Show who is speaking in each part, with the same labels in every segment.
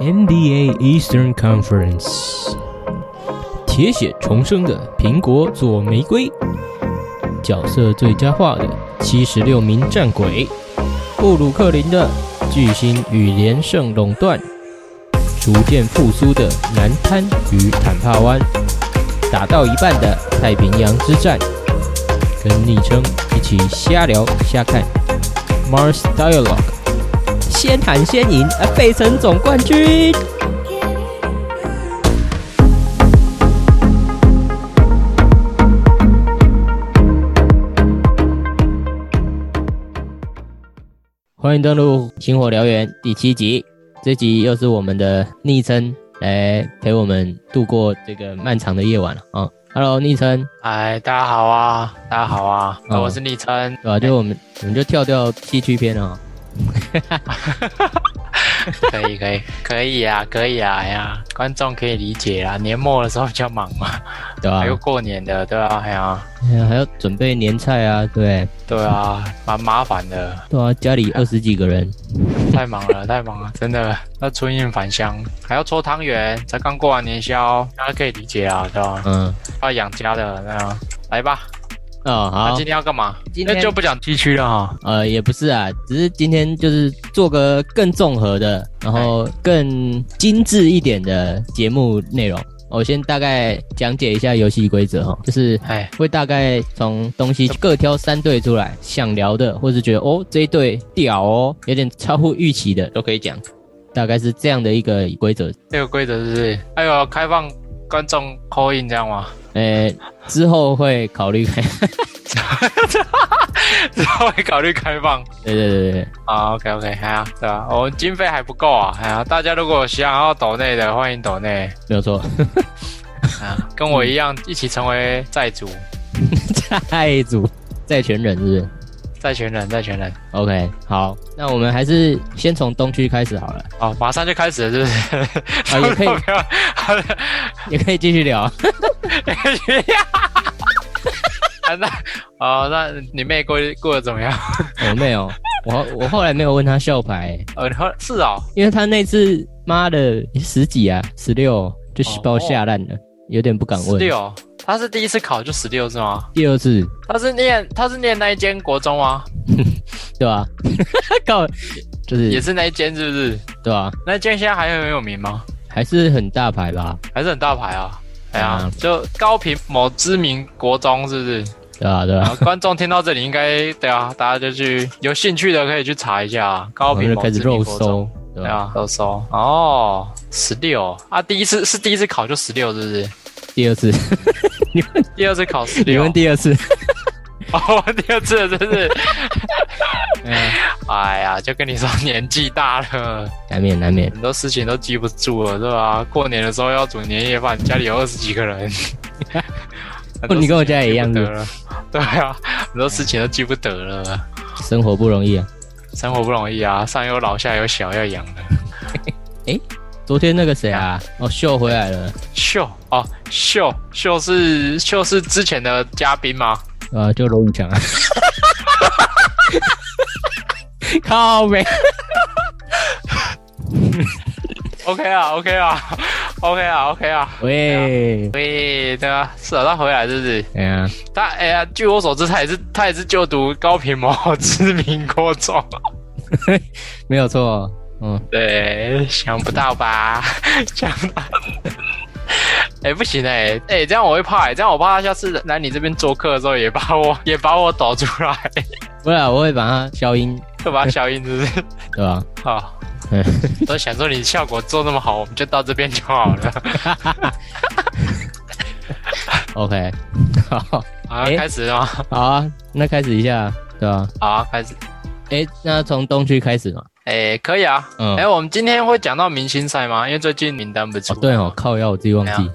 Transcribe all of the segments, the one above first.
Speaker 1: NBA Eastern Conference，铁血重生的苹果左玫瑰，角色最佳化的七十六名战鬼，布鲁克林的巨星与连胜垄断，逐渐复苏的南滩与坦帕湾，打到一半的太平洋之战，跟昵称一起瞎聊瞎看，Mars Dialogue。先喊先赢，啊，费城总冠军。欢迎登录《星火燎原》第七集，这集又是我们的昵称来陪我们度过这个漫长的夜晚了啊、Hello，昵称，
Speaker 2: 哎，大家好啊，大家好啊，
Speaker 1: 嗯
Speaker 2: 我是昵称，
Speaker 1: 对吧、就我们我们就跳掉西区篇啊、
Speaker 2: 可以可以可以啊，可以啊，哎呀，观众可以理解啦，年末的时候比较忙嘛，
Speaker 1: 对吧、
Speaker 2: 还有过年的，对啊，哎呀，
Speaker 1: 哎呀还要准备年菜啊，对
Speaker 2: 对啊，蛮麻烦的，
Speaker 1: 对啊，家里二十几个人，
Speaker 2: 太忙了，太忙了，真的要春运返乡，还要搓汤圆，才刚过完年宵，大家可以理解啊，对吧、
Speaker 1: 嗯，
Speaker 2: 要养家的，那样来吧，
Speaker 1: 哦，
Speaker 2: 那
Speaker 1: 好
Speaker 2: 今，天要干嘛？
Speaker 1: 今
Speaker 2: 那
Speaker 1: 天
Speaker 2: 就不讲地区了哈，
Speaker 1: 呃，也不是啊，只是今天就是做个更综合的，然后更精致一点的节目内容。我先大概讲解一下游戏规则哈，就是
Speaker 2: 哎，
Speaker 1: 会大概从东西各挑三队出来，想聊的或是觉得哦这一队屌哦，有点超乎预期的都可以讲，大概是这样的一个规则。
Speaker 2: 这个规则是不是，哎呦，开放观众 call in 这样吗？
Speaker 1: 呃，之后会考虑看，
Speaker 2: 稍微考虑开放。
Speaker 1: 对对对对，
Speaker 2: 啊，OK OK，还啊，对吧、我们经费还不够啊，还啊，大家如果想要抖内的，欢迎抖内
Speaker 1: 没有错，
Speaker 2: 啊，跟我一样一起成为债主、
Speaker 1: 债主债权人是不是？
Speaker 2: 债权人、债权人。
Speaker 1: OK，好，那我们还是先从东区开始好 了，
Speaker 2: 好，哦马上就开始了，是不是？
Speaker 1: 啊，也可 以，
Speaker 2: 没有，好的，
Speaker 1: 也可以继续 聊。
Speaker 2: 啊那哦，那你妹过过得怎么样？哦
Speaker 1: 我没有，我我后来没有问他校牌、
Speaker 2: 哦，你后是哦，
Speaker 1: 因为他那次妈的十几啊，十六就把我吓烂了，有点不敢
Speaker 2: 哦十
Speaker 1: 问。
Speaker 2: 六，他是第一次考就十六是吗？
Speaker 1: 第二次，
Speaker 2: 他是念他是念那一间国中吗？
Speaker 1: 对 吧、告就是
Speaker 2: 也是那一间是不是？
Speaker 1: 对吧、
Speaker 2: 那一间现在还很有名吗？
Speaker 1: 还是很大牌吧，
Speaker 2: 还是很大牌啊？哎呀、
Speaker 1: 啊
Speaker 2: 就高频某知名国中是不是？
Speaker 1: 对吧、对吧、
Speaker 2: 啊，观众听到这里应该对啊，大家就去有兴趣的可以去查一下啊高
Speaker 1: 我们
Speaker 2: 频
Speaker 1: 就开始肉，搜，对
Speaker 2: 对
Speaker 1: 吧、
Speaker 2: 啊，肉搜哦，十六啊，第一次是第一次考就十六，是不是？
Speaker 1: 第二次，
Speaker 2: 第二次考十
Speaker 1: 你
Speaker 2: 六
Speaker 1: 问，第二次，
Speaker 2: 哦，第二次了是不是？
Speaker 1: 嗯
Speaker 2: 哎呀，就跟你说年纪大了，
Speaker 1: 难免难免，
Speaker 2: 很多事情都记不住了，对吧？过年的时候要煮年夜饭，家里有二十几个 人，很
Speaker 1: 哦
Speaker 2: 多
Speaker 1: 你跟我家也一
Speaker 2: 事
Speaker 1: 样
Speaker 2: 情
Speaker 1: 是
Speaker 2: 都
Speaker 1: 不
Speaker 2: 记
Speaker 1: 是
Speaker 2: 不得了，对啊，很多事情都记不得了。
Speaker 1: 生活不容易啊。
Speaker 2: 生活不容易啊，上有老下有小要养的。
Speaker 1: 昨天那个谁啊，哦，秀回来了，
Speaker 2: 秀哦，秀秀是秀是之前的嘉宾吗？
Speaker 1: 呃，就罗宇强啊。靠呗，
Speaker 2: OK 啊，OK 啊，OK 啊，OK 啊。
Speaker 1: 喂，
Speaker 2: 喂，对啊，是啊，他回来是不是？
Speaker 1: 哎呀，
Speaker 2: 他哎呀，据我所知，他也是他也是就读高平某知名高中。
Speaker 1: 没有错，嗯，
Speaker 2: 对，想不到吧？ 想不到。哎、不行哎、哎、这样我会怕哎、这样我怕他下次来你这边做客的时候也把我也把我抖出来，
Speaker 1: 不然我会把它消音，
Speaker 2: 会把他消音，是不是？
Speaker 1: 对吧？
Speaker 2: 好
Speaker 1: 嗯，
Speaker 2: 啊都想说你效果做那么好，我们就到这边就 好了。
Speaker 1: OK，好，
Speaker 2: 好，
Speaker 1: 诶
Speaker 2: 开始了吗？
Speaker 1: 好啊，那开始一下，对吧？
Speaker 2: 好，开始。
Speaker 1: 哎，那从东区开始嘛，
Speaker 2: 哎，可以啊。
Speaker 1: 嗯，
Speaker 2: 哎，我们今天会讲到明星赛吗？因为最近名单不出。
Speaker 1: 哦，对哦，，靠腰我自己忘记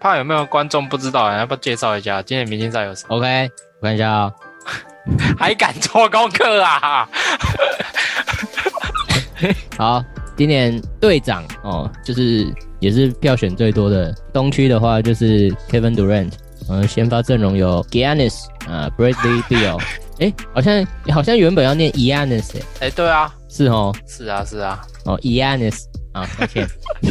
Speaker 2: 怕有没有观众不知道，啊要不要介绍一下今天明星赛有谁？
Speaker 1: ，OK，我看一下啊，
Speaker 2: 还敢做功课啊？
Speaker 1: 好，今年队长哦，就是也是票选最多的。东区的话就是 Kevin Durant，嗯，先发阵容有 Giannis 啊、Bradley Beal，哎，好像好像原本要念 Giannis，、欸、
Speaker 2: 哎，对啊，
Speaker 1: 是哦，
Speaker 2: 是啊，是啊。
Speaker 1: 哦 Giannis，啊抱歉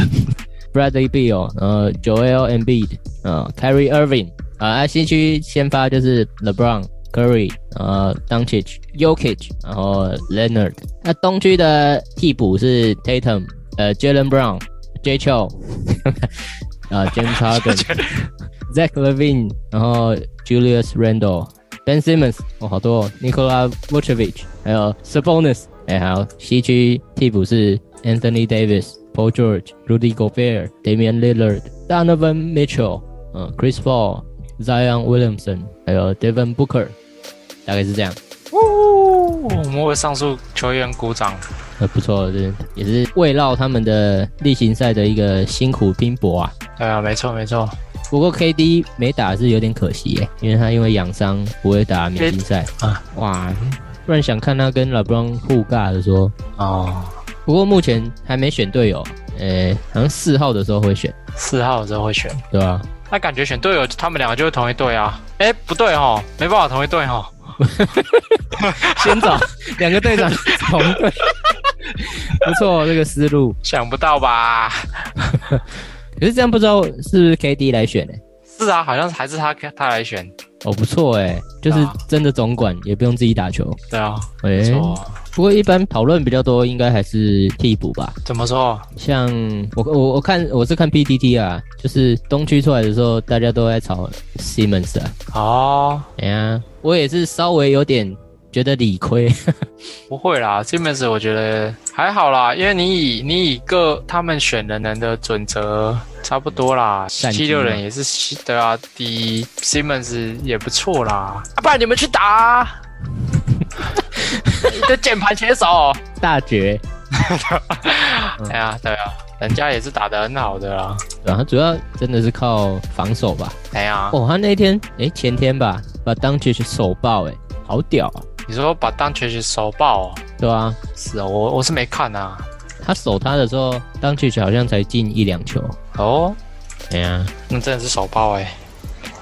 Speaker 1: ，Bradley Beal，呃，Joel Embiid，呃，Kyrie Irving，呃，啊西区先发就是 LeBron。Curry，呃，Doncic、Yokic，然后 Leonard。那东区的替补是 Tatum，呃，Jalen Brown、J. c h o 呃，James Harden、Zach Levine，然后 Julius Randle、Ben Simmons，哦，好多、哦、，Nikola Vucevic，还有 Sabonis。哎，好，西区替补是 Anthony Davis、Paul George、Rudy Gobert、Damian Lillard、Donovan Mitchell，嗯、c h r i s Paul、Zion Williamson，还有 Devin Booker，大概是这样。
Speaker 2: 呜，我们为上述球员鼓掌。
Speaker 1: 呃，不错，这也是围绕他们的例行赛的一个辛苦拼搏啊。
Speaker 2: 对啊，没错没错。
Speaker 1: 不过 KD 没打是有点可惜耶，因为他因为养伤不会打明星赛
Speaker 2: 啊。
Speaker 1: 哇，不然想看他跟 LeBron 互尬的说。
Speaker 2: 哦，
Speaker 1: 不过目前还没选队友，呃，好像四号的时候会选，
Speaker 2: 四号的时候会选，
Speaker 1: 对吧、
Speaker 2: 那感觉选队友，他们两个就是同一队啊。哎，不对哦，没办法同一队哦。
Speaker 1: 先找 两个队长同队，不错，这个思路。
Speaker 2: 想不到吧？
Speaker 1: 可是这样不知道是不是 KD 来选呢、
Speaker 2: 是啊，好像还是他他来选。
Speaker 1: 哦，不错哎、就是真的总管也不用自己打球。
Speaker 2: 对啊，
Speaker 1: 哎、
Speaker 2: 没错啊。
Speaker 1: 不过一般讨论比较多，应该还是替补吧。
Speaker 2: 怎么说？
Speaker 1: 像我我我看我是看 PTT 啊，就是东区出来的时候，大家都在炒 Simmons 啊。
Speaker 2: 哦，
Speaker 1: 哎呀，我也是稍微有点觉得理亏。
Speaker 2: 不会啦，Simmons 我觉得还好啦，因为你以你以各他们选的人的准则差不多啦，
Speaker 1: 战绩
Speaker 2: 七六
Speaker 1: 吗
Speaker 2: 人也是七对啊，第 Simmons 也不错啦，啊，不然你们去打、 啊，你的键盘选手，
Speaker 1: 大绝，
Speaker 2: 哎呀，对啊，人家也是打得很好的啦，
Speaker 1: 然后主要真的是靠防守吧。
Speaker 2: 哎呀，
Speaker 1: 哦，他那天哎、前天吧，把 d u n c i 手爆哎、好屌啊！
Speaker 2: 你说把当全选手爆、哦，
Speaker 1: 对啊，
Speaker 2: 是哦，我我是没看啊，
Speaker 1: 他守他的时候 d u n c i 好像才进一两球。
Speaker 2: 哦，
Speaker 1: 哎呀、
Speaker 2: 那真的是手爆哎、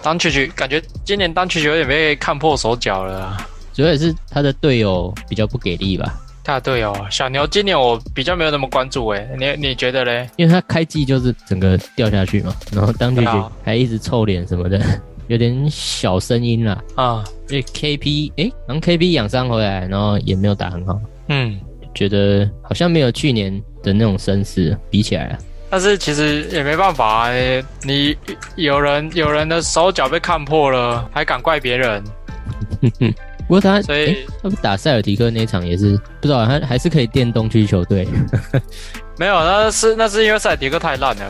Speaker 2: 当曲曲感觉今年当曲曲有点被看破手脚了啊。
Speaker 1: 主要也是他的队友比较不给力吧，
Speaker 2: 大队友小牛，今年我比较没有那么关注诶，你你觉得嘞？
Speaker 1: 因为他开季就是整个掉下去嘛，然后当局
Speaker 2: 对啊
Speaker 1: 还一直臭脸什么的， 有点小声音啦。
Speaker 2: 啊，
Speaker 1: 所以 KP 哎、然后 KP 养伤回来，然后也没有打很好，
Speaker 2: 嗯，
Speaker 1: 觉得好像没有去年的那种声势比起来了。啊
Speaker 2: 但是其实也没办法啊，诶你有人有人的手脚被看破了，还敢怪别人，
Speaker 1: 不过他
Speaker 2: 所
Speaker 1: 诶
Speaker 2: 以
Speaker 1: 他们打塞尔提克那一场也是不知道，他还是可以垫东区球队。
Speaker 2: 没有，那是那是因为塞尔迪克太烂了。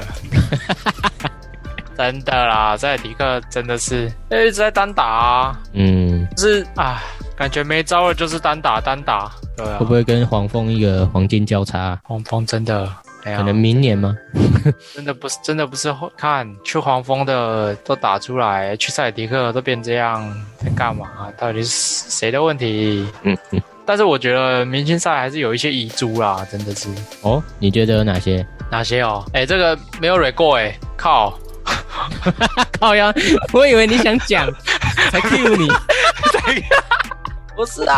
Speaker 2: 真的啦，塞尔迪克真的是诶一直在单打、啊，
Speaker 1: 嗯，
Speaker 2: 就是啊，感觉没招了，就是单打单打。对啊
Speaker 1: 会，不会跟黄蜂一个黄金交叉、啊
Speaker 2: 黄蜂真的，哎呀
Speaker 1: 可能明年吗？
Speaker 2: 真的不是，真的不是后看去黄蜂的都打出来，去塞尔迪克都变这样，在干嘛？到底是谁的问题？
Speaker 1: 嗯嗯。
Speaker 2: 但是我觉得明星赛还是有一些遗珠啦，真的是
Speaker 1: 哦，你觉得有哪些？
Speaker 2: 哪些哦？哎、这个没有 r 过哎、靠！
Speaker 1: 靠呀！我以为你想讲， 才 Q 你。
Speaker 2: 不是 啊，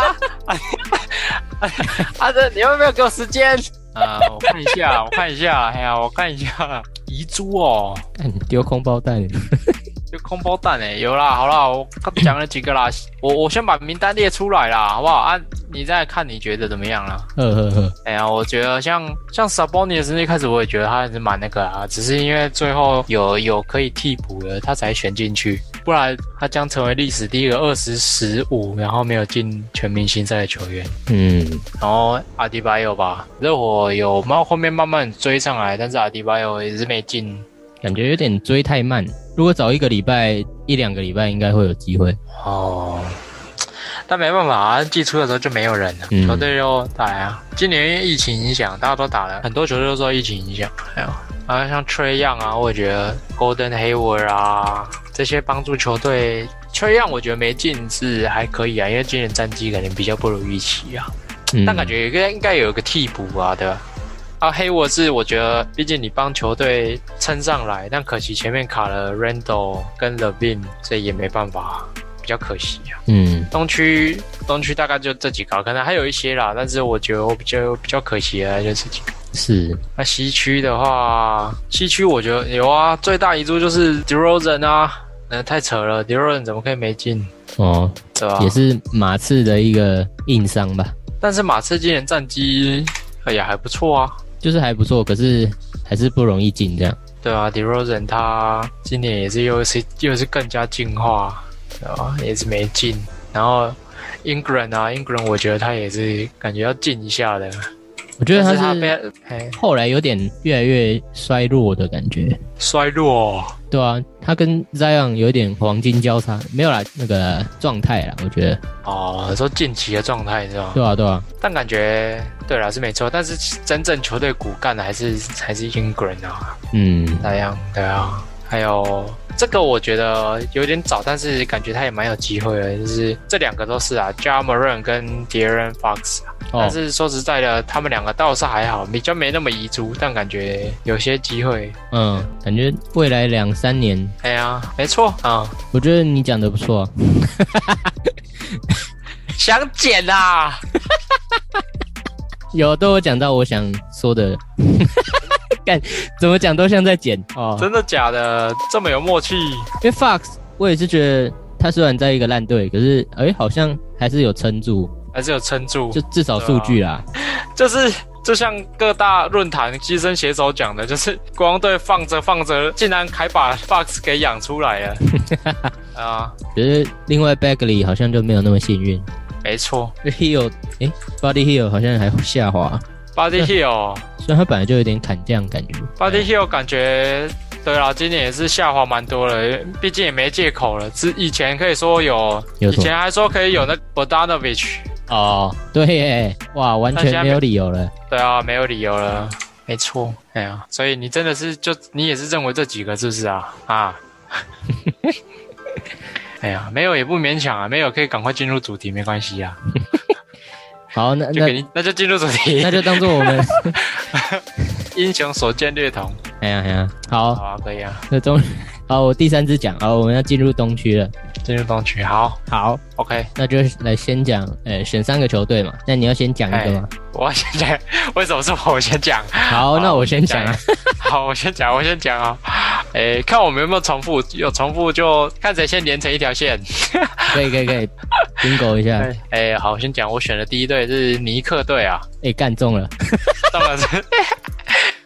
Speaker 2: 阿珍、你有没有给我时间？哎啊、我看一下，我看一下，哎呀，我看一下遗珠哦，
Speaker 1: 看丢空包蛋，
Speaker 2: 就空包蛋哎、有啦，好啦，我刚讲了几个啦，我我先把名单列出来啦，好不好？啊，你再看你觉得怎么样啦？
Speaker 1: 呵呵呵。
Speaker 2: 哎呀，我觉得像像 Sabonis 那一开始我也觉得他还是蛮那个啊，只是因为最后有有可以替补了，他才选进去，不然他将成为历史第一个二十十五然后没有进全明星赛的球员。
Speaker 1: 嗯，
Speaker 2: 然后阿迪巴约吧，热火有慢后面慢慢追上来，但是阿迪巴约也是没进。
Speaker 1: 感觉有点追太慢。如果早一个礼拜、一两个礼拜，应该会有机会。
Speaker 2: 哦，但没办法啊，季初的时候就没有人了，
Speaker 1: 嗯
Speaker 2: 球队又打来啊。今年因为疫情影响，大家都打了，很多球队都受疫情影响。还有，然后像 Trey Young 啊，我也觉得 Golden Hayward 啊这些帮助球队，Trey Young 我觉得没进是还可以啊，因为今年战绩可能比较不如预期啊。
Speaker 1: 嗯，
Speaker 2: 但感觉应该应该有个替补啊，对吧？啊，黑沃是我觉得，毕竟你帮球队撑上来，但可惜前面卡了 Randall 跟 Levin，所以也没办法，比较可惜啊。
Speaker 1: 嗯，
Speaker 2: 东区东区大概就这几个，可能还有一些啦，但是我觉得我比较比较可惜的就是这几个。
Speaker 1: 是
Speaker 2: 那西区的话，西区我觉得有啊，最大遗珠就是 DeRozan 啊，那太扯了，DeRozan 怎么可以没进，
Speaker 1: 哦，
Speaker 2: 对吧、
Speaker 1: 也是马刺的一个硬伤吧，
Speaker 2: 但是马刺今年战绩哎呀还不错啊，
Speaker 1: 就是还不错，可是还是不容易进这样。
Speaker 2: 对啊，DeRozan 他今年也是又是又是更加进化，对吧、也是没进，然后 England 啊，England 我觉得他也是感觉要进一下的，
Speaker 1: 我觉得
Speaker 2: 但是
Speaker 1: 他是
Speaker 2: 被哎
Speaker 1: 后来有点越来越衰弱的感觉。
Speaker 2: 衰落，
Speaker 1: 对啊，他跟 Zion 有点黄金交叉，没有啦，那个状态啦，我觉得，
Speaker 2: 哦，说近期的状态是吧？
Speaker 1: 对啊，对啊，
Speaker 2: 但感觉对了是没错，但是真正球队骨干的还是还是英格兰啊，
Speaker 1: 嗯，
Speaker 2: 那样对啊，还有这个我觉得有点早，但是感觉他也蛮有机会的，就是这两个都是啊 j a m a r a n 跟 d a r e n Fox，、
Speaker 1: 哦
Speaker 2: 但，是说实在的，他们两个倒是还好，比较没那么遗珠，但感觉有些机会。
Speaker 1: 嗯，感觉未来两三年，
Speaker 2: 哎呀，没错啊、
Speaker 1: 我觉得你讲的不错、啊，
Speaker 2: 想捡啊，
Speaker 1: 有都有讲到我想说的， 干怎么讲都像在剪哦，
Speaker 2: 真的假的？这么有默契？
Speaker 1: 因为 Fox 我也是觉得他虽然在一个烂队，可是哎、好像还是有撑住，
Speaker 2: 还是有撑住，
Speaker 1: 就至少数据啦，
Speaker 2: 就是就像各大论坛机身写手讲的，就是国王队放着放着，竟然还把 Fox 给养出来 了。啊、
Speaker 1: 觉得另外 Bagley 好像就没有那么幸运
Speaker 2: 没错
Speaker 1: 因为，Hill 哎、b o d y Hill 好像还下滑。
Speaker 2: ，Body Hill，Body
Speaker 1: 虽然他本来就有点砍将感觉，
Speaker 2: Hill 感觉。对啦，今年也是下滑蛮多了，毕竟也没借口了。之以前可以说有，
Speaker 1: 有
Speaker 2: 以
Speaker 1: 什么
Speaker 2: 前还说可以有那 Bodanovich，
Speaker 1: 哦，对耶，哇，完全没有理由了。
Speaker 2: 对啊，没有理由了，没错。哎呀，所以你真的是就你也是认为这几个是不是啊？啊， 哎呀，没有也不勉强啊，没有可以赶快进入主题，没关系啊，
Speaker 1: 好，那
Speaker 2: 就
Speaker 1: 那
Speaker 2: 给你那就进入主题
Speaker 1: 那。就当做我们，
Speaker 2: 英雄所见略同，
Speaker 1: 哎呀哎呀，好，
Speaker 2: 好啊，可以啊，
Speaker 1: 那中，好，我第三支讲，好，我们要进入东区了。
Speaker 2: 进入东区，好
Speaker 1: 好，
Speaker 2: ，OK。
Speaker 1: 那就来先讲，呃，选三个球队嘛。那你要先讲一个吗？
Speaker 2: 我要先讲，为什么是我先讲？
Speaker 1: 好，那我先讲啊。
Speaker 2: 好，哎我先讲，我先讲啊。哎、看我们有没有重复，有重复就看谁先连成一条线。
Speaker 1: 可以可以可以，bingo 一下，
Speaker 2: 哎、好，我先讲，我选的第一队是尼克队啊。
Speaker 1: 哎，干中了。
Speaker 2: 当然是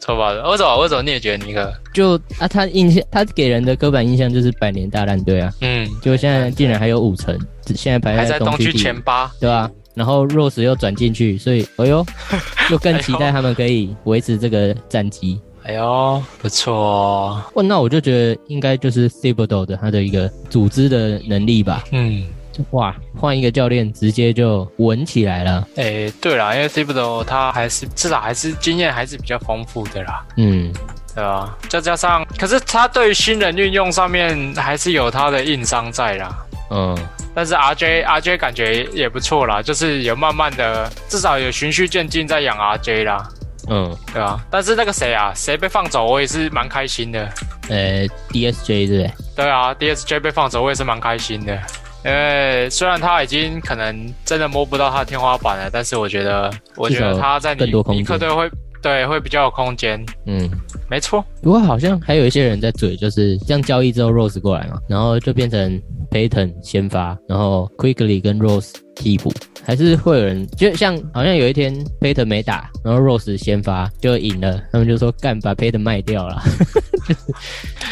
Speaker 2: 错吧？为什么？为什么你也觉得尼克？
Speaker 1: 就啊，他印象，他给人的刻板印象就是百年大烂队啊。
Speaker 2: 嗯，
Speaker 1: 就现在竟然还有五成，只现在排
Speaker 2: 还在东
Speaker 1: 哎区
Speaker 2: 区
Speaker 1: 第一
Speaker 2: 前八，
Speaker 1: 对吧、然后 Rose 又转进去，所以哎 呦，就更期待他们可以维持这个战绩。
Speaker 2: 哎呦，不错哦。
Speaker 1: 哦，那我就觉得应该就是 Thibodeau 的他的一个组织的能力吧。
Speaker 2: 嗯，
Speaker 1: 哇，换一个教练直接就稳起来了。
Speaker 2: 哎、对啦，因为 t i b d o 他还是至少还是经验还是比较丰富的啦，
Speaker 1: 嗯，
Speaker 2: 对吧？再加上，可是他对于新人运用上面还是有他的硬伤在啦。
Speaker 1: 嗯，
Speaker 2: 但是 RJ RJ 感觉也不错啦，就是有慢慢的，至少有循序渐进在养 RJ 啦，
Speaker 1: 嗯，
Speaker 2: 对吧？但是那个谁啊，谁被放走，我也是蛮开心的。
Speaker 1: 呃，DSJ 对不对？
Speaker 2: 对啊，DSJ 被放走，我也是蛮开心的。因为虽然他已经可能真的摸不到他的天花板了，但是我觉得，我觉得他在
Speaker 1: 更
Speaker 2: 尼
Speaker 1: 多空间
Speaker 2: 尼克队会对会比较有空间。
Speaker 1: 嗯。
Speaker 2: 没错，
Speaker 1: 不过好像还有一些人在嘴，就是这样交易之后 Rose 过来嘛，然后就变成 Payton 先发，然后 Quickly 跟 Rose 替补，还是会有人就像好像有一天 Payton 没打，然后 Rose 先发就赢了，他们就说干把 Payton 卖掉了，就是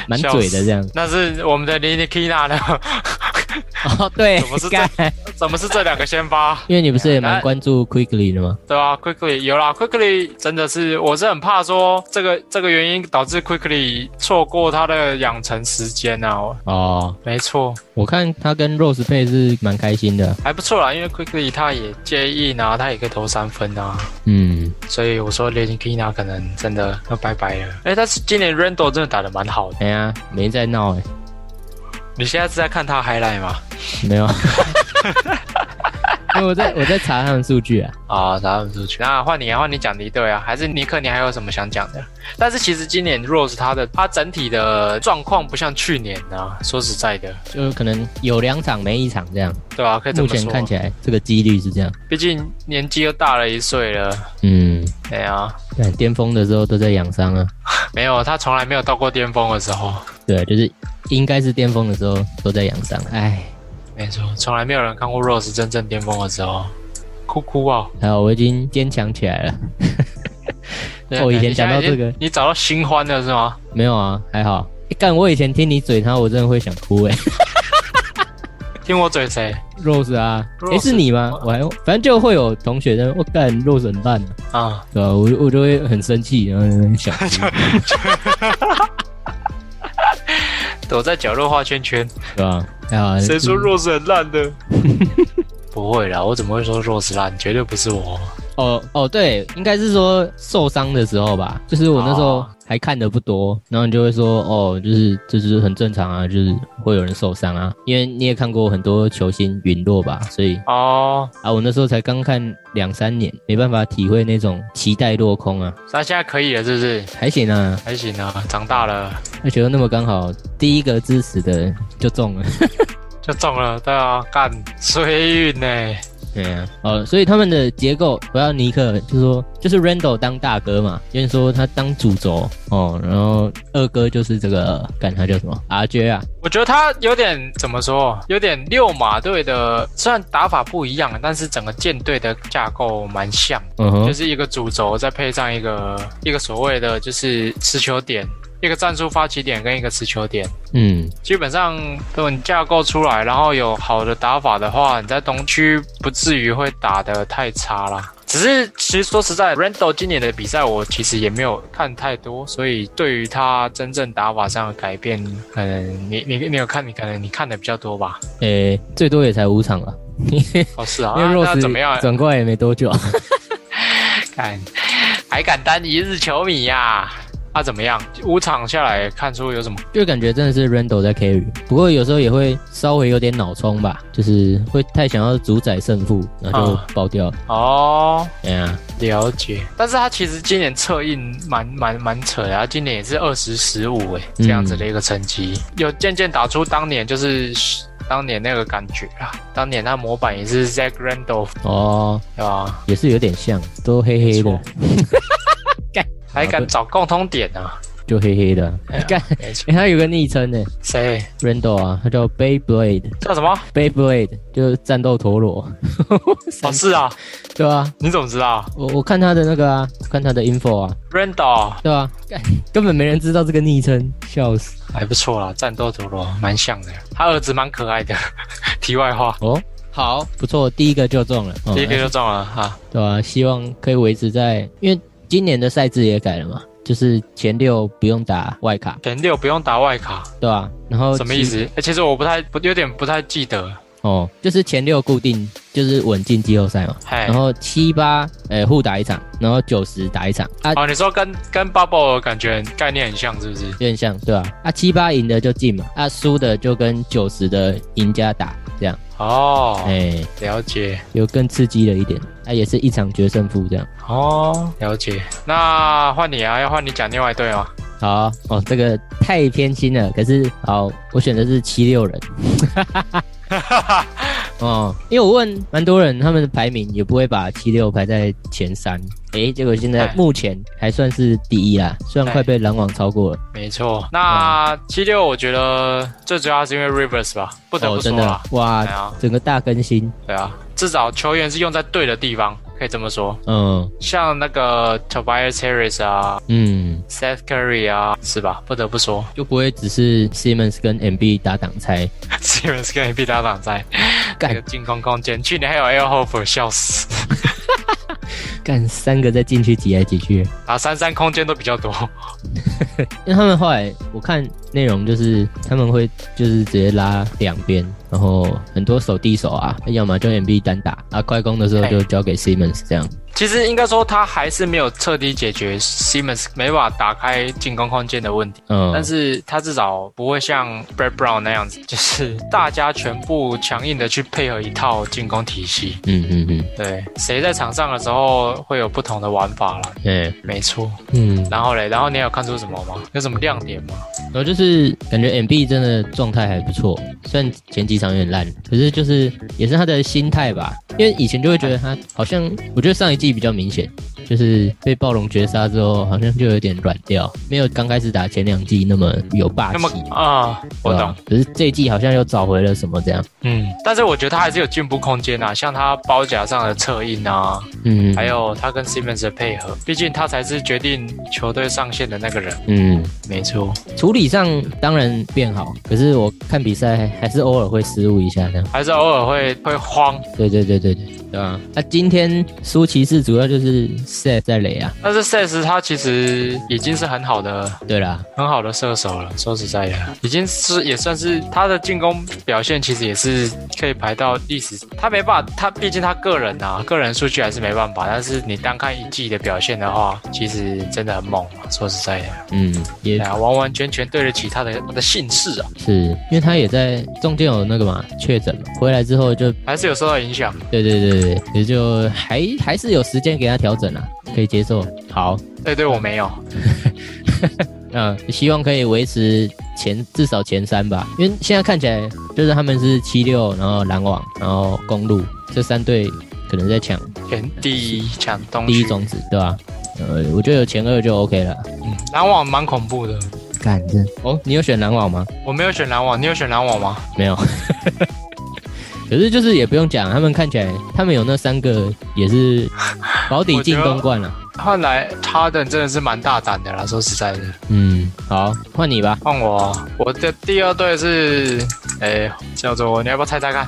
Speaker 1: 蛮嘴的这样。
Speaker 2: 那是我们的 Lini Kina 呢？
Speaker 1: 哦，对
Speaker 2: 怎么是，这
Speaker 1: 干，
Speaker 2: 怎么是这两个先发？
Speaker 1: 因为你不是也蛮关注 Quickly 的吗？
Speaker 2: 对啊，Quickly 有啦，Quickly 真的是，我是很怕说这个这个原因导致 Quickly 错过他的养成时间啊。
Speaker 1: 哦，
Speaker 2: 没错，
Speaker 1: 我看他跟 Rose 配是蛮开心的，
Speaker 2: 还不错啦，因为 Quickly 他也介意呢，他也可以投三分啊。
Speaker 1: 嗯，
Speaker 2: 所以我说 l e d y Kina 可能真的要拜拜了。哎、但是今年 Randall 真的打得蛮好的。
Speaker 1: 哎呀，没在闹哎、
Speaker 2: 你现在是在看他 highlight 吗？
Speaker 1: 没有， 因为我在我在查他们数据啊。
Speaker 2: 啊、打不出去。那换你啊，换你讲离队啊，还是尼克？你还有什么想讲的？但是其实今年 Rose 他的他整体的状况不像去年啊，说实在的，
Speaker 1: 就可能有两场没一场这样。
Speaker 2: 对吧、可以这
Speaker 1: 目
Speaker 2: 么说。啊
Speaker 1: 前看起来这个几率是这样。
Speaker 2: 毕竟年纪又大了一岁了，
Speaker 1: 嗯，
Speaker 2: 哎呀，
Speaker 1: 但巅峰的时候都在养伤啊。
Speaker 2: 没有，他从来没有到过巅峰的时候。
Speaker 1: 对，就是应该是巅峰的时候都在养伤。哎，
Speaker 2: 没错，从来没有人看过 Rose 真正巅峰的时候。哭哭啊！
Speaker 1: 还好我已经坚强起 来了。哦
Speaker 2: 对啊
Speaker 1: 我以前
Speaker 2: 你现
Speaker 1: 讲
Speaker 2: 在
Speaker 1: 到
Speaker 2: 已
Speaker 1: 这
Speaker 2: 经
Speaker 1: 个
Speaker 2: 你找到新欢了是吗？
Speaker 1: 没有啊，还好。欸干、我以前听你嘴他，我真的会想哭哎、
Speaker 2: 听我嘴谁
Speaker 1: Rose 啊，哎、
Speaker 2: Rose
Speaker 1: 是你吗？我还反正就会有同学在那边我干 Rose 很烂、啊，
Speaker 2: 啊？
Speaker 1: 对吧、我就我就会很生气，然后在那边想哭。
Speaker 2: 躲在角落画圈圈。
Speaker 1: 对吧？还好啊，
Speaker 2: 谁说
Speaker 1: 就是
Speaker 2: Rose 很烂的？ 不会啦，我怎么会说 Rose 烂？绝对不是我。
Speaker 1: 哦哦，对，应该是说受伤的时候吧，就是我那时候
Speaker 2: 哦
Speaker 1: 还看的不多，然后你就会说哦，就是这就是很正常啊，就是会有人受伤啊，因为你也看过很多球星陨落吧，所以
Speaker 2: 哦，
Speaker 1: 啊，我那时候才刚看两三年，没办法体会那种期待落空啊，
Speaker 2: 那现在可以了是不是？
Speaker 1: 还行啊，
Speaker 2: 还行啊，长大了
Speaker 1: 而且又那么刚好第一个支持的就中了，
Speaker 2: 就中了，对啊，干衰运呢、
Speaker 1: 对啊，哦，所以他们的结构，我要尼克就说就是 Randall 当大哥嘛，就是说他当主轴哦，然后二哥就是这个，干他叫什么 RJ 啊，
Speaker 2: 我觉得他有点怎么说，有点六马队的，虽然打法不一样，但是整个舰队的架构蛮像，
Speaker 1: 嗯
Speaker 2: 就
Speaker 1: 哼，
Speaker 2: 是一个主轴，再配上一个一个所谓的就是持球点，一个战术发起点跟一个持球点。
Speaker 1: 嗯，
Speaker 2: 基本上，如果你架构出来，然后有好的打法的话，你在东区不至于会打得太差啦。只是其实说实在，Randall 今年的比赛我其实也没有看太多，所以对于他真正打法上的改变，可能你你你有看，你可能你看的比较多吧。
Speaker 1: 诶、最多也才五场了，
Speaker 2: 哦，是啊，
Speaker 1: 因为
Speaker 2: 啊那
Speaker 1: Rose
Speaker 2: 怎么样？
Speaker 1: 转过来也没多久，
Speaker 2: 敢还敢当一日球迷呀、啊？怎么样？五场下来看出有什么？
Speaker 1: 就感觉真的是 Randall 在 carry，不过有时候也会稍微有点脑冲吧，就是会太想要主宰胜负，然后
Speaker 2: 啊
Speaker 1: 就爆掉，
Speaker 2: 哦，
Speaker 1: 哎呀、
Speaker 2: 了解，但是他其实今年策应蛮蛮蛮扯的、啊，他今年也是二十十五哎这样子的一个成绩，有渐渐打出当年就是当年那个感觉啊，当年他模板也是 Zach Randolph
Speaker 1: 哦，
Speaker 2: 对吧？
Speaker 1: 也是有点像，都黑黑的
Speaker 2: 没错，还敢找共通点啊？
Speaker 1: 就黑黑的，
Speaker 2: 哎呀
Speaker 1: 干、
Speaker 2: 没错，
Speaker 1: 欸他有个昵称呢、
Speaker 2: 谁
Speaker 1: Randall 啊，他叫 Beyblade，Beyblade
Speaker 2: 叫什么？
Speaker 1: 就是战斗陀螺，
Speaker 2: 哦，是啊，
Speaker 1: 对啊，
Speaker 2: 你怎么知道
Speaker 1: 我我看他的那个啊，看他的 info 啊，
Speaker 2: ？Randolph
Speaker 1: 对啊，干根本没人知道这个昵称，笑死
Speaker 2: 还不错啦，战斗陀螺蛮像的，他儿子蛮可爱的。 题外话，
Speaker 1: 哦。好，不错，第一个就中了，哦
Speaker 2: 第一个就中了啊，
Speaker 1: 对啊，希望可以维持在，因为今年的赛制也改了嘛，就是前六不用打外卡，
Speaker 2: 前六不用打外卡，
Speaker 1: 对吧、然后
Speaker 2: 什么
Speaker 1: 其？
Speaker 2: 意思？哎，其实我不太不有点不太记得。
Speaker 1: 哦，就是前六固定就是稳进季后赛嘛，
Speaker 2: 嗨
Speaker 1: 然，后七八呃互打一场，然后九十打一场啊，
Speaker 2: 哦，你说跟跟 Bubble 感觉概念很像，是不是？
Speaker 1: 有点像，对吧、啊？七八赢的就进嘛，啊输的就跟九十的赢家打，这样，
Speaker 2: 哦，
Speaker 1: 哎、
Speaker 2: 了解，
Speaker 1: 有更刺激了一点，啊也是一场决胜负这样。
Speaker 2: 哦，了解。那换你啊，要换你讲另外一队吗？
Speaker 1: 好啊哦，这个太偏心了，可是好，我选的是七六 人。哦，因为我问蛮多人，他们的排名也不会把七六排在前三，诶、结果现在
Speaker 2: 哎
Speaker 1: 目前还算是第一啦，虽然快被篮网超过了，
Speaker 2: 没错，
Speaker 1: 哦
Speaker 2: 那七六我觉得最主要是因为 Rivers 吧，不得
Speaker 1: 哦
Speaker 2: 不说
Speaker 1: 真
Speaker 2: 啦
Speaker 1: 的，哇
Speaker 2: 对，啊，
Speaker 1: 整个大更新，
Speaker 2: 对啊，至少球员是用在对的地方，可以这么说。
Speaker 1: 嗯
Speaker 2: 像那个 Tobias Harris 啊
Speaker 1: 嗯，
Speaker 2: ，Seth Curry 啊，是吧？不得不说
Speaker 1: 就不会只是 Simmons 跟 MB 打挡拆，
Speaker 2: ，Simmons 跟 b 搭档在
Speaker 1: 干
Speaker 2: 那个进攻空间，去年还有 Air Hope，笑死。
Speaker 1: 干三个在禁区挤来挤去，因
Speaker 2: 啊，三三空间都比较多。
Speaker 1: 为他们后来我看内容就是他们会就是直接拉两边，然后很多手递手啊，要么就 MB 单打啊，快攻的时候就交给 Simmons 这样，
Speaker 2: 其实应该说他还是没有彻底解决 Simmons 没办法打开进攻空间的问题，
Speaker 1: 嗯，
Speaker 2: 但是他至少不会像 Brad Brown 那样子，就是大家全部强硬的去配合一套进攻体系。
Speaker 1: 嗯嗯嗯，
Speaker 2: 对，谁在场上的时候会有不同的玩法啦，
Speaker 1: 哎、
Speaker 2: 没错。
Speaker 1: 嗯，
Speaker 2: 然后嘞，然后你有看出什么吗？有什么亮点吗？
Speaker 1: 然后就是感觉 MB 真的状态还不错，虽然前几场有点烂，可是就是也是他的心态吧，因为以前就会觉得他好像，我觉得上一季比较明显，就是被暴龙绝杀之后，好像就有点软掉，没有刚开始打前两季那么有霸
Speaker 2: 那
Speaker 1: 气
Speaker 2: 么。啊、我
Speaker 1: 对
Speaker 2: 懂
Speaker 1: 吧，？可是这一季好像又找回了什么这样，
Speaker 2: 嗯，但是我觉得他还是有进步空间啊，像他包夹上的策应啊，
Speaker 1: 嗯，
Speaker 2: 还有他跟 Simmons 的配合，毕竟他才是决定球队上限的那个人。
Speaker 1: 嗯，
Speaker 2: 没错，
Speaker 1: 处理上当然变好，可是我看比赛还是偶尔会失误一下这样。
Speaker 2: 还是偶尔会会慌，
Speaker 1: 对对对对对，对吧、那、今天输骑士主要就是 set 在雷啊，
Speaker 2: 但是 Sess 他其实已经是很好的
Speaker 1: 对啦，
Speaker 2: 很好的射手了。说实在的，已经是也算是他的进攻表现，其实也是可以排到历史。他没办法，他毕竟他个人啊，个人数据还是没办法。但是你单看一季的表现的话，其实真的很猛啊。说实在的，
Speaker 1: 嗯，也
Speaker 2: 对啊，完完全全对得起他的他的姓氏啊，
Speaker 1: 是因为他也在中间有那个嘛确诊嘛，回来之后就
Speaker 2: 还是有受到影响。
Speaker 1: 对对对对，也就还还是有时间给他调整啊，可以接受。好，
Speaker 2: 对对，我没有。
Speaker 1: 嗯，希望可以维持前至少前三吧，因为现在看起来就是他们是七六，然后篮网，然后公路这三队可能在抢
Speaker 2: 前第一抢东区
Speaker 1: 第一，种子，对吧、呃，我觉得有前二就 OK 了。
Speaker 2: 嗯篮网蛮恐怖的。
Speaker 1: 干这哦，你有选篮网吗？
Speaker 2: 我没有选篮网，你有选篮网吗？
Speaker 1: 没有。 可是就是也不用讲，他们看起来他们有那三个也 是保底进东冠了、啊
Speaker 2: 看来他的真的是蛮大胆的啦，说实在的。
Speaker 1: 嗯，好，换你吧。
Speaker 2: 换我，我的第二队是，诶、叫做你要不要猜猜看？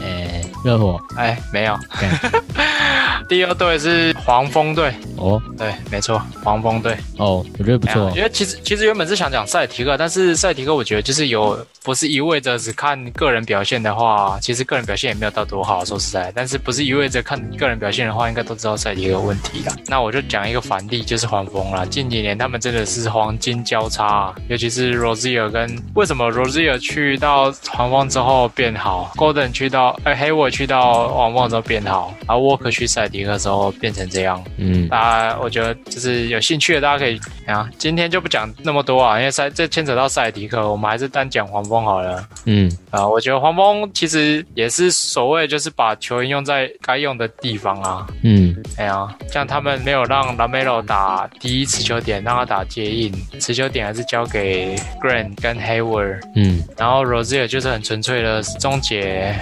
Speaker 1: 诶、热火
Speaker 2: 哎、没有
Speaker 1: 干。
Speaker 2: 第二队是黄蜂队，
Speaker 1: 哦
Speaker 2: 对，没错，黄蜂队。
Speaker 1: 哦，我觉得不错
Speaker 2: 哎呀因为其实其实原本是想讲赛提克，但是赛提克我觉得就是有不是意味着只看个人表现的话，其实个人表现也没有到多好，说实在，但是不是意味着看个人表现的话，应该都知道赛提克有问题啦。啊
Speaker 1: 嗯
Speaker 2: 那我就讲一个反例，就是黄蜂啦，近几年他们真的是黄金交叉啊、尤其是 Rozier 跟为什么 Rozier 去到黄蜂之后变好，Golden 去到呃 Hayward 去到黄蜂之后变好，而 Walker 去赛迪克之后变成这样，
Speaker 1: 嗯
Speaker 2: 大家我觉得就是有兴趣的，大家可以啊，今天就不讲那么多啊，因为赛这牵扯到赛迪克，我们还是单讲黄蜂好了。
Speaker 1: 嗯
Speaker 2: 啊，我觉得黄蜂其实也是所谓就是把球员用在该用的地方啊，
Speaker 1: 嗯
Speaker 2: 哎呀，像他们没有让拉梅洛打第一持球点，让他打接应，持球点还是交给 Grant 跟 Hayward，
Speaker 1: 嗯，
Speaker 2: 然后 Rozier 就是很纯粹的终结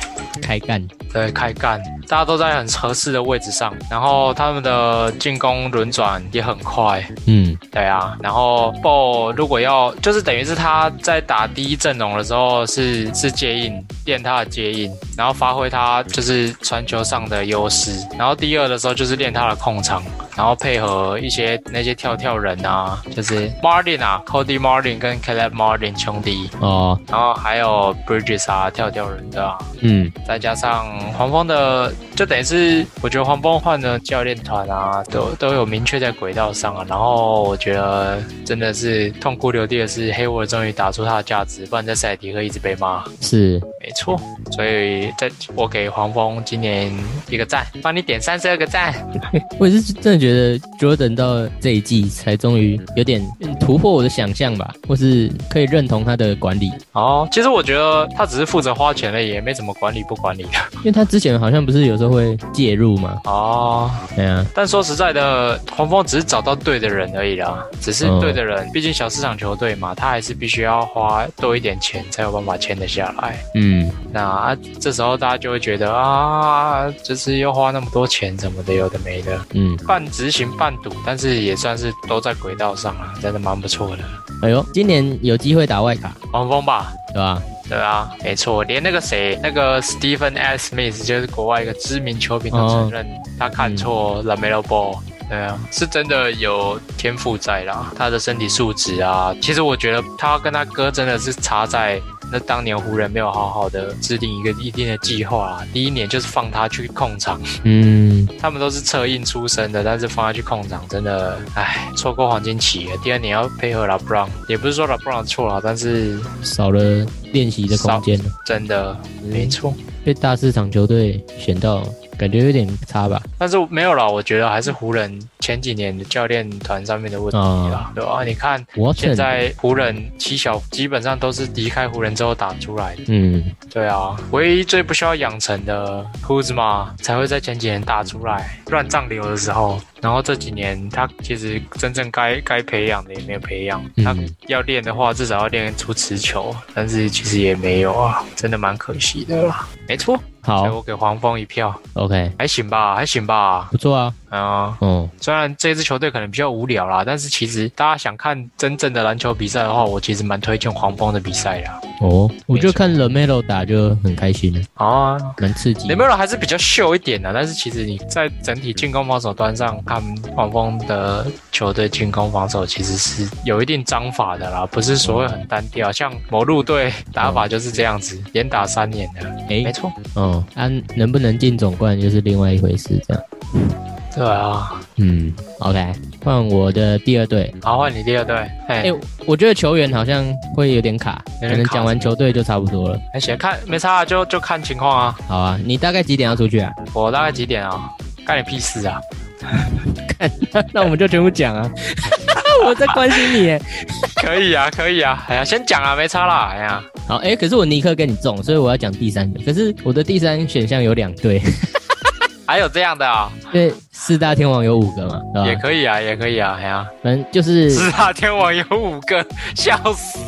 Speaker 1: 开干，
Speaker 2: 对，开干，大家都在很合适的位置上，然后他们的进攻轮转也很快，
Speaker 1: 嗯
Speaker 2: 对啊，然后 BO 如果要就是等于是他在打第一阵容的时候是是接应练他的接应，然后发挥他就是传球上的优势，然后第二的时候就是练他的控场，然后配合一些那些跳跳人啊，就是 Martin 啊，Cody Martin 跟 Caleb Martin 兄弟，
Speaker 1: 哦
Speaker 2: 然后还有 Bridges 啊，跳跳人对吧、
Speaker 1: 嗯
Speaker 2: 再加上黄蜂的，就等于是我觉得黄蜂换的教练团啊，都都有明确在轨道上啊。然后我觉得真的是痛哭流涕的是，黑沃终于打出他的价值，不然在赛迪克一直被骂。
Speaker 1: 是
Speaker 2: 没错，所以在我给黄蜂今年一个赞，帮你点三十二个赞。
Speaker 1: 我也是真的觉得 Jordan 到这一季才终于有点突破我的想象吧，或是可以认同他的管理，
Speaker 2: 哦，其实我觉得他只是负责花钱了，也没怎么管理不管理的。
Speaker 1: 因为他之前好像不是有时候会介入嘛，
Speaker 2: 哦，
Speaker 1: 对啊，
Speaker 2: 但说实在的，黄蜂只是找到对的人而已啦，只是
Speaker 1: 嗯
Speaker 2: 对的人，毕竟小市场球队嘛，他还是必须要花多一点钱才有办法签得下来。
Speaker 1: 嗯
Speaker 2: 那、啊、这时候大家就会觉得啊，就是又花那么多钱什么的，有的没的，
Speaker 1: 嗯，
Speaker 2: 半执行半赌，但是也算是都在轨道上啊，真的蛮不错的。
Speaker 1: 哎呦，今年有机会打外卡，
Speaker 2: 黄蜂吧，
Speaker 1: 对吧？
Speaker 2: 对啊，没错，连那个谁，那个 Stephen S. Smith，就是国外一个知名球评，都
Speaker 1: 哦
Speaker 2: 承认他看错 Lamelo Ball。对啊，是真的有天赋在啦，他的身体素质啊，其实我觉得他跟他哥真的是差在。那当年湖人没有好好的制定一个一定的计划、啊，第一年就是放他去控场，
Speaker 1: 嗯，
Speaker 2: 他们都是策应出身的，但是放他去控场真的，唉，错过黄金期了。第二年要配合 LeBron，也不是说 LeBron 的错啦，但是
Speaker 1: 少了练习的空间了。
Speaker 2: 真的没错。
Speaker 1: 被大市场球队选到感觉有点差吧？
Speaker 2: 但是没有啦，我觉得还是湖人前几年的教练团上面的问题啦，
Speaker 1: 嗯
Speaker 2: 对吧、你看
Speaker 1: 啊我
Speaker 2: 现在湖人七小基本上都是离开湖人之后打出来的，
Speaker 1: 嗯，
Speaker 2: 对啊，唯一最不需要养成的 Kuzma 才会在前几年打出来乱涨流的时候，然后这几年他其实真正该该培养的也没有培养，
Speaker 1: 嗯
Speaker 2: 他要练的话至少要练出持球，但是其实也没有啊，真的蛮可惜的啦。没错，所以
Speaker 1: 好
Speaker 2: 我给黄蜂一票，
Speaker 1: ，OK，
Speaker 2: 还行吧，还行吧，
Speaker 1: 不错啊，
Speaker 2: 嗯、
Speaker 1: 嗯，
Speaker 2: 虽然这支球队可能比较无聊啦，但是其实大家想看真正的篮球比赛的话，我其实蛮推荐黄蜂的比赛啦。
Speaker 1: 哦，我觉得
Speaker 2: 没错
Speaker 1: 看 Lamelo 打就很开心了，
Speaker 2: 啊，
Speaker 1: 蛮刺激
Speaker 2: 雷
Speaker 1: 的。
Speaker 2: 梅罗还是比较秀一点的，但是其实你在整体进攻防守端上看黄蜂的球队进攻防守其实是有一定章法的啦，不是所谓很单调，像某路队打法就是这样子，连打三年的，没
Speaker 1: 哎，
Speaker 2: 错，
Speaker 1: 嗯，啊，能不能进总冠就是另外一回事，这样。
Speaker 2: 对啊。
Speaker 1: 嗯，OK，换我的第二队。
Speaker 2: 好，换你第二队，哎、
Speaker 1: 哎、我觉得球员好像会有点卡，
Speaker 2: 有点卡
Speaker 1: 可能讲完球队就差不多了。
Speaker 2: 还行，看没差啊，就就看情况啊。
Speaker 1: 好啊，你大概几点要出去啊？
Speaker 2: 我大概几点啊？干你屁事啊！
Speaker 1: 那我们就全部讲啊。 我在关心你耶。
Speaker 2: 可以啊，可以啊，哎呀，先讲啊，没差啦，哎呀，
Speaker 1: 好，哎、可是我尼克跟你中，所以我要讲第三个。可是我的第三选项有两 队，
Speaker 2: 还有这样的啊，
Speaker 1: 因为四大天王有五个嘛，对
Speaker 2: 也
Speaker 1: 吧？
Speaker 2: 可以啊，也可以啊，哎呀，
Speaker 1: 反正就是，
Speaker 2: 四大天王有五个， 笑死，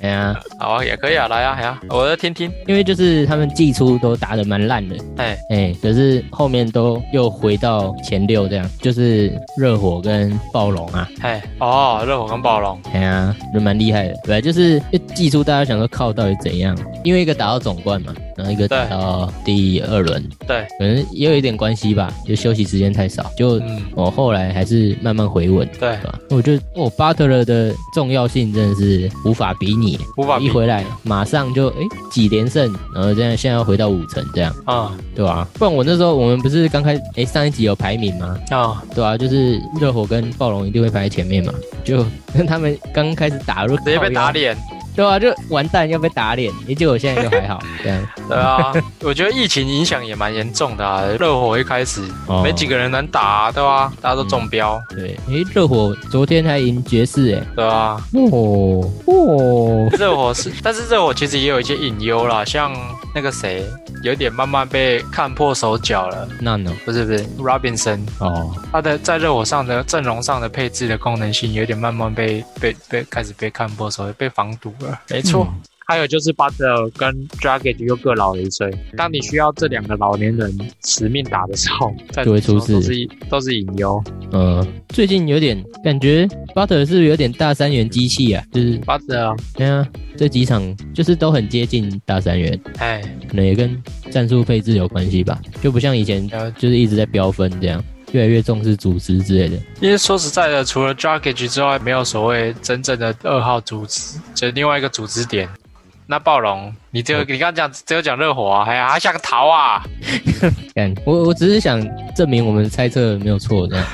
Speaker 1: 哎呀、
Speaker 2: 好啊，也可以啊，来啊，哎呀，我来听听，
Speaker 1: 因为就是他们季初都打得蛮烂的，
Speaker 2: 哎，
Speaker 1: 哎、可是后面都又回到前六这样，就是热火跟暴龙啊，
Speaker 2: 哎，哦，热火跟暴龙，
Speaker 1: 哎呀，就蛮厉害的。本来就是就记住大家想说靠到底怎样，因为一个打到总冠嘛，然后一个打
Speaker 2: 对
Speaker 1: 到第二轮，
Speaker 2: 对，
Speaker 1: 可能也有一点关系吧，就休息时间太少，就
Speaker 2: 嗯，
Speaker 1: 我、后来还是慢慢回稳。对，
Speaker 2: 对
Speaker 1: 吧？我觉得哦，巴特勒的重要性真的是无法比拟。
Speaker 2: 无法
Speaker 1: 一
Speaker 2: 比，
Speaker 1: 回来马上就哎几连胜，然后这样现在要回到五成这样，
Speaker 2: 嗯，
Speaker 1: 对吧、不然我那时候我们不是刚开哎上一集有排名吗？
Speaker 2: 啊，
Speaker 1: 对啊，就是热火跟暴龙一定会排在前面嘛，就跟他们刚开始打，就
Speaker 2: 直接被打
Speaker 1: 靠腰，
Speaker 2: 脸，
Speaker 1: 对啊，就完蛋要被打脸，诶结果现在就还好，这样
Speaker 2: 对啊，我觉得疫情影响也蛮严重的啊，热火一开始
Speaker 1: 哦
Speaker 2: 没几个人能打啊，对吧？大家都中标，
Speaker 1: 对，诶，热火昨天还赢爵士，诶，
Speaker 2: 对啊，
Speaker 1: 哦哦，
Speaker 2: 热火是， 但是热火其实也有一些隐忧啦，像那个谁，有点慢慢被看破手脚了，
Speaker 1: 那呢？
Speaker 2: 不是不是，Robinson
Speaker 1: 哦，
Speaker 2: 他的在热火上的阵容上的配置的功能性有点慢慢被被被开始被看破手被防堵了，没错。
Speaker 1: 嗯
Speaker 2: 还有就是巴特尔跟 Dragic 又各老了一岁，当你需要这两个老年人死命打的时候，在
Speaker 1: 就会出事
Speaker 2: 都是一都是隐忧。
Speaker 1: 呃，最近有点感觉巴特勒是不是有点大三元机器啊，就是
Speaker 2: 巴特尔，
Speaker 1: 对啊，这几场就是都很接近大三元，
Speaker 2: 哎，
Speaker 1: 可能也跟战术配置有关系吧，就不像以前
Speaker 2: 了
Speaker 1: 就是一直在飙分这样，越来越重视组织之类的。
Speaker 2: 因为说实在的，除了 Dragic 之外，没有所谓真正的二号组织，就是另外一个组织点。那暴龙，你只有、你刚刚讲只有讲热火啊，还还想逃啊？
Speaker 1: 但我我只是想证明我们猜测没有错 这样。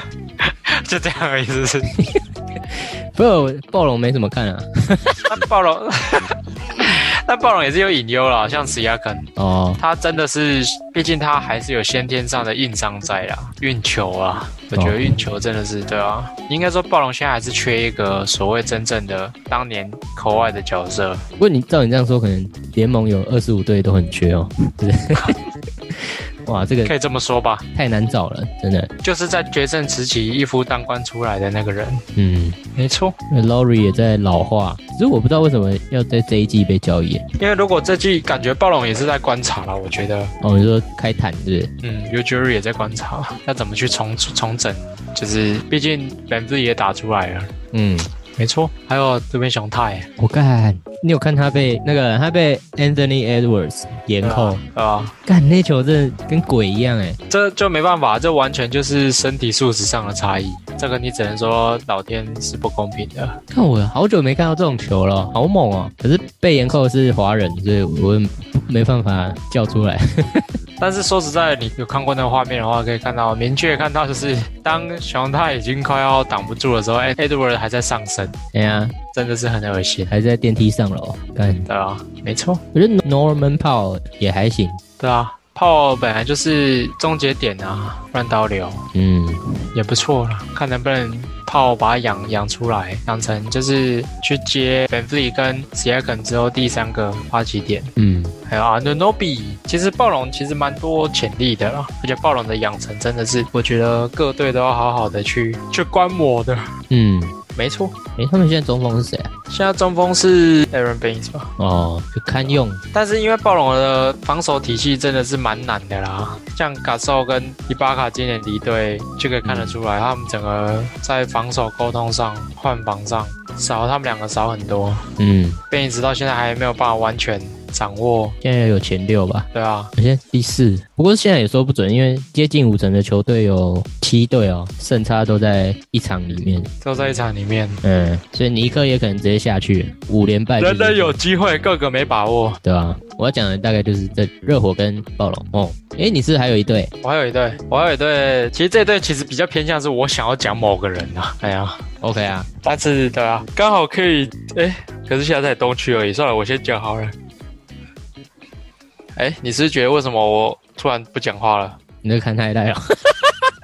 Speaker 2: 就这样而已，是不是？
Speaker 1: 不过暴龙没怎么看啊。
Speaker 2: 那暴龙， 那暴龙也是有隐忧啦，像史亚肯，
Speaker 1: 哦，
Speaker 2: 他真的是，毕竟他还是有先天上的硬伤在啦，运球啊，我觉得运球真的是对啊，应该说暴龙现在还是缺一个所谓真正的当年口外的角色，
Speaker 1: 不过你照你这样说，可能联盟有二十五队都很缺 哦，对不对？哇，这个
Speaker 2: 可以这么说吧，
Speaker 1: 太难找了，真的。
Speaker 2: 就是在决胜时期一夫当关出来的那个人，
Speaker 1: 嗯
Speaker 2: 没错。
Speaker 1: ，Lowry 也在老化，只是我不知道为什么要在这一季被交易。
Speaker 2: 因为如果这季感觉暴龙也是在观察啦，我觉得，
Speaker 1: 哦，你说开坦是不是？
Speaker 2: 嗯 u j u r y 也在观察，要怎么去重重整，就是毕竟本子也打出来了。
Speaker 1: 嗯，
Speaker 2: 没错，还有这边熊太
Speaker 1: 我干，你有看他被那个他被 Anthony Edwards 延后，
Speaker 2: 对吧？
Speaker 1: 干那球真的跟鬼一样哎、
Speaker 2: 这就没办法，这完全就是身体素质上的差异。这个你只能说老天是不公平的。
Speaker 1: 看我好久没看到这种球了，好猛哦！可是被延扣是华人，所以我也没办法叫出 来。
Speaker 2: 但是说实在，你有看过那个画面的话，可以看到明确看到，就是当熊太已经快要挡不住的时候哎，Edward 还在上升，
Speaker 1: 哎呀，
Speaker 2: 真的是很恶心，
Speaker 1: 还在电梯上楼，干，
Speaker 2: 对啊，没错，
Speaker 1: 我觉得 Norman Powell 也还行，
Speaker 2: 对啊。炮本来就是终结点啊，乱刀流
Speaker 1: 嗯，
Speaker 2: 也不错啦，看能不能炮把它养养出来，养成就是去接 Ben f l e 跟 s i a k a n 之后第三个发起点。
Speaker 1: 嗯，
Speaker 2: 还有啊 n o n o b i 其实暴龙其实蛮多潜力的啦，而且暴龙的养成真的是，我觉得各队都要好好的去去观摩的。
Speaker 1: 嗯，
Speaker 2: 没错，
Speaker 1: 诶，他们现在中锋是谁啊？
Speaker 2: 现在中锋是 Aaron Baines 吧？
Speaker 1: 哦，就堪用，
Speaker 2: 但是因为暴龙的防守体系真的是蛮难的啦，像卡索跟伊巴卡今年离队就可以看得出来，他们整个在防守沟通上、换防上少他们两个少很多。
Speaker 1: 嗯，
Speaker 2: 贝尼直到现在还没有办法完全掌握，
Speaker 1: 现在有前六吧？
Speaker 2: 对啊，
Speaker 1: 我现在第四，不过现在也说不准，因为接近五成的球队有七队哦，胜差都在一场里面，
Speaker 2: 都在一场里面，
Speaker 1: 嗯，所以尼克也可能直接下去，五连败、就是，
Speaker 2: 人人有机会，个个没把握。
Speaker 1: 对吧、我要讲的大概就是这热火跟暴龙哦，诶，你是不是还有一队，
Speaker 2: 我还有一队，我还有一队，其实这一队其实比较偏向是我想要讲某个人啊，哎呀，
Speaker 1: OK 啊，
Speaker 2: 但是对啊，刚好可以，哎、可是现在在东区而已，算了，我先讲好了。哎、你是觉得为什么我突然不讲话了？
Speaker 1: 你在看太太哦，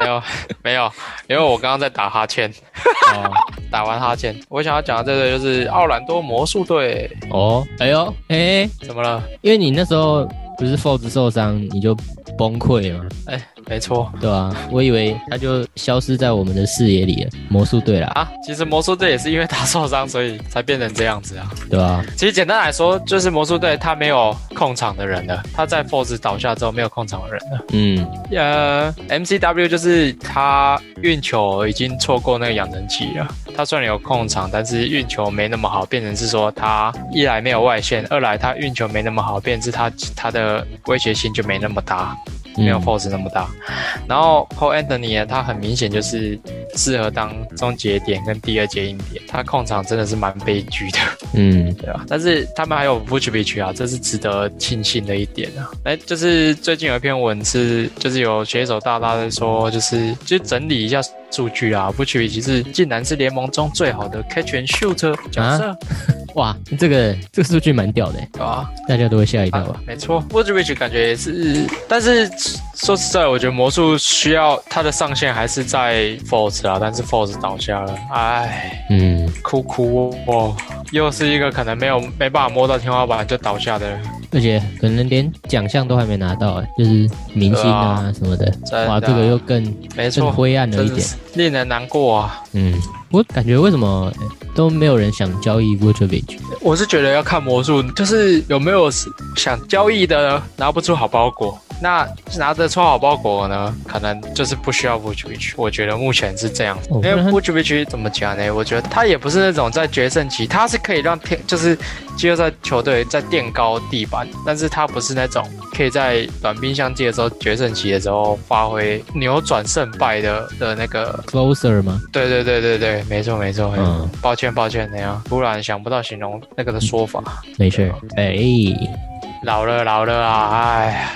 Speaker 2: 没有，没有，因为我刚刚在打哈欠，
Speaker 1: 哦
Speaker 2: 打完哈欠，我想要讲的这队就是奥兰多魔术队，
Speaker 1: 哦，哎呦，诶，
Speaker 2: 怎么了？
Speaker 1: 因为你那时候不是 Forbes 受伤，你就崩溃嘛，
Speaker 2: 哎、没错
Speaker 1: 对啊，我以为他就消失在我们的视野里了，魔术队啦，
Speaker 2: 啊，其实魔术队也是因为他受伤，所以才变成这样子啊。
Speaker 1: 对吧、
Speaker 2: 其实简单来说，就是魔术队他没有控场的人了，他在 Force 倒下之后没有控场的人了。
Speaker 1: 嗯
Speaker 2: 呃，MCW 就是他运球已经错过那个养成期了。他虽然有控场，但是运球没那么好，变成是说他一来没有外线，二来他运球没那么好，变成是他他的威胁性就没那么大，没有
Speaker 1: 嗯
Speaker 2: Force 那么大。然后 Paul Anthony 呢，他很明显就是适合当终结点跟第二节应点，他控场真的是蛮悲剧的。
Speaker 1: 嗯
Speaker 2: 对啊，但是他们还有 v u c h v i c 啊，这是值得庆幸的一点啊。哎，就是最近有一篇文是，就是有写手大大在说，就是就整理一下数据啊 v u c h v i c 是竟然是联盟中最好的 catch and shoot 角色，
Speaker 1: 哇，这个这个数据蛮屌的，
Speaker 2: 对啊，
Speaker 1: 大家都会吓一跳
Speaker 2: 啊
Speaker 1: 吧？
Speaker 2: 没错 v u c h v i c 感觉也是，但是说实在，我觉得魔术需要它的上限还是在 force 啊，但是 force 倒下了，唉。
Speaker 1: 嗯，
Speaker 2: 哭哭哦，又是一个可能没有没办法摸到天花板就倒下的人，
Speaker 1: 而且可能连奖项都还没拿到，就是明星啊什么的，
Speaker 2: 真的
Speaker 1: 哇，这个又更
Speaker 2: 没
Speaker 1: 更
Speaker 2: 错。
Speaker 1: 灰暗了
Speaker 2: 真
Speaker 1: 一
Speaker 2: 的
Speaker 1: 点。
Speaker 2: 是令人难过啊！
Speaker 1: 嗯，我感觉为什么都没有人想交易 Vucevic？
Speaker 2: 我是觉得要看魔术，就是有没有想交易的呢拿不出好包裹，那拿得出好包裹呢，可能就是不需要 Vucevic。我觉得目前是这样，
Speaker 1: 哦
Speaker 2: 因为
Speaker 1: 不然他
Speaker 2: Vucevic 怎么讲呢？我觉得他也不是那种在决胜期，他是可以让天就是季后赛球队在垫高地板，但是他不是那种可以在短兵相接的时候决胜期的时候发挥扭转胜败的的那个
Speaker 1: Closer 吗？
Speaker 2: 对对对对对，没错没错，没错
Speaker 1: 嗯
Speaker 2: 抱歉抱歉，那样突然想不到形容那个的说法，
Speaker 1: 没事儿，哎，
Speaker 2: 老了老了啊，哎呀，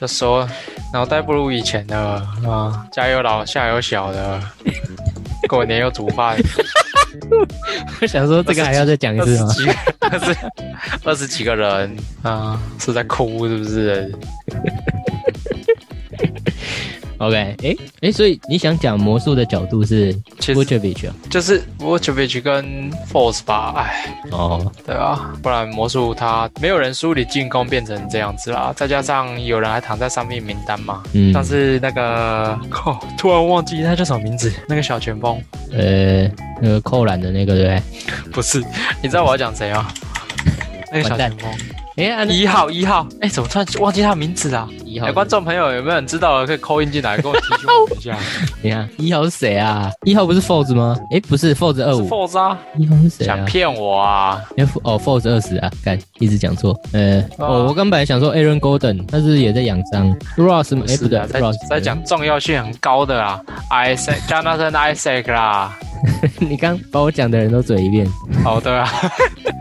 Speaker 2: 就说脑袋不如以前了啊，家有老下有小的，过年又煮饭，
Speaker 1: 我想说这个还要再讲一
Speaker 2: 二
Speaker 1: 次
Speaker 2: 十
Speaker 1: 吗？
Speaker 2: 几个二十二十几个人啊，是在哭是不是？
Speaker 1: OK，哎、诶所以你想讲魔术的角度是
Speaker 2: 其实
Speaker 1: Vucevic 啊
Speaker 2: 就是 v u c e v i c 跟 Force 吧，哎。
Speaker 1: 哦，
Speaker 2: 对啊，不然魔术它没有人梳理进攻变成这样子啦，再加上有人还躺在伤病名单嘛，
Speaker 1: 嗯，
Speaker 2: 像是那个 靠，突然忘记他叫什么名字，那个小前锋
Speaker 1: 呃，那个扣篮的那个对不对？
Speaker 2: 不是，你知道我要讲谁 吗？那个小前锋
Speaker 1: 哎、啊那
Speaker 2: 一号一号，哎、怎么突然忘记他名字啦？
Speaker 1: 一
Speaker 2: 哎、
Speaker 1: 号，
Speaker 2: 观众朋友有没有人知道的可以扣音进来跟我提醒我 一下？
Speaker 1: 等一下，一号是谁啊？一号不是 Fold 吗？哎、不是 Fold 二
Speaker 2: 是
Speaker 1: 五，
Speaker 2: Force 啊，
Speaker 1: 一号是谁
Speaker 2: 想
Speaker 1: 啊？
Speaker 2: 骗我啊？
Speaker 1: 哎，F- 哦，Fold 二十啊，干，一直讲错。呃，
Speaker 2: 啊
Speaker 1: 哦，我刚本来想说 Aaron Golden，但是也在养伤。Ross，哎、不
Speaker 2: 是
Speaker 1: 对
Speaker 2: 啊，在
Speaker 1: ，Ross
Speaker 2: 在讲重要性很高的啦，Isaac Jonathan Isaac 啦。
Speaker 1: 你刚把我讲的人都嘴一遍。
Speaker 2: 哦，对啊，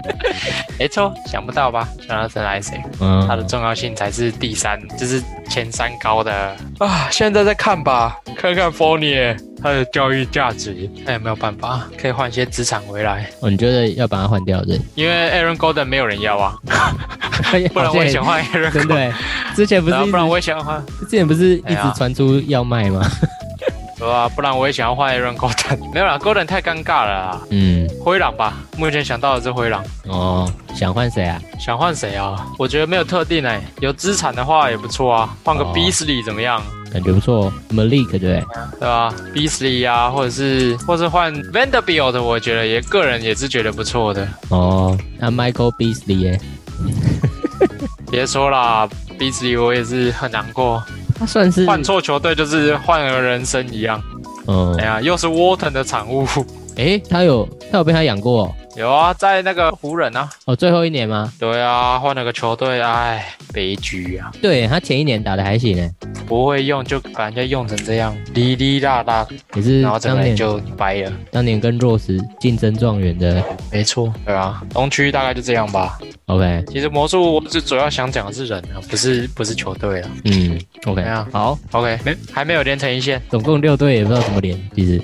Speaker 2: 没错，想不到吧？Jonathan Isaac，
Speaker 1: 嗯，
Speaker 2: 他的重要性才是第三，就是前三高的啊。现在再看吧，看看 f o n i 他的教育价值，那有没有办法可以换一些资产回来？
Speaker 1: 哦，你觉得要把他换掉对？
Speaker 2: 因为 Aaron Golden 没有人要啊，
Speaker 1: 哎
Speaker 2: 不然
Speaker 1: 好像
Speaker 2: 我也
Speaker 1: 也
Speaker 2: 想换一个 人
Speaker 1: 真
Speaker 2: 口
Speaker 1: 的，欸，之前不
Speaker 2: 对
Speaker 1: 是
Speaker 2: 啊，
Speaker 1: 一
Speaker 2: 不然
Speaker 1: 直
Speaker 2: 我也想换，
Speaker 1: 之前不是一
Speaker 2: 哎呀
Speaker 1: 直传出要卖吗？
Speaker 2: 对吧、不然我也想要换一人 Golden，没有啦，Golden 太尴尬了啦，
Speaker 1: 嗯，
Speaker 2: 灰狼吧，目前想到的是灰狼，
Speaker 1: 哦，想换谁啊？
Speaker 2: 想换谁啊？我觉得没有特定哎、有资产的话也不错啊，换个
Speaker 1: 哦
Speaker 2: Beasley 怎么样？
Speaker 1: 感觉不错哦，Malik 对不对？
Speaker 2: 对吧？Beasley 啊，或者是或是换 Vanderbilt，我觉得也个人也是觉得不错的。
Speaker 1: 哦，那 Michael Beasley 耶，
Speaker 2: 别说啦，Beasley 我也是很难过，
Speaker 1: 他算是
Speaker 2: 换错球队就是换了人生一样。
Speaker 1: 嗯
Speaker 2: 哎，呀，又是 Wharton 的产物。
Speaker 1: 诶，他有他有被他养过哦
Speaker 2: 有啊，在那个湖人啊，
Speaker 1: 哦，最后一年吗？
Speaker 2: 对啊，换了个球队，哎，悲剧啊！
Speaker 1: 对他前一年打的还行呢，
Speaker 2: 不会用就把人家用成这样，哩哩啦啦，
Speaker 1: 也是
Speaker 2: 然后整
Speaker 1: 当
Speaker 2: 个人
Speaker 1: 年
Speaker 2: 就掰了。
Speaker 1: 当年跟 Rose 竞争状元的。
Speaker 2: 没错，对啊，东区大概就这样吧。
Speaker 1: OK，
Speaker 2: 其实魔术我最主要想讲的是人啊，不是不是球队啊。
Speaker 1: 嗯，OK，
Speaker 2: 哎呀
Speaker 1: 好，
Speaker 2: OK，没还没有连成一线，
Speaker 1: 总共六队也不知道怎么连，其实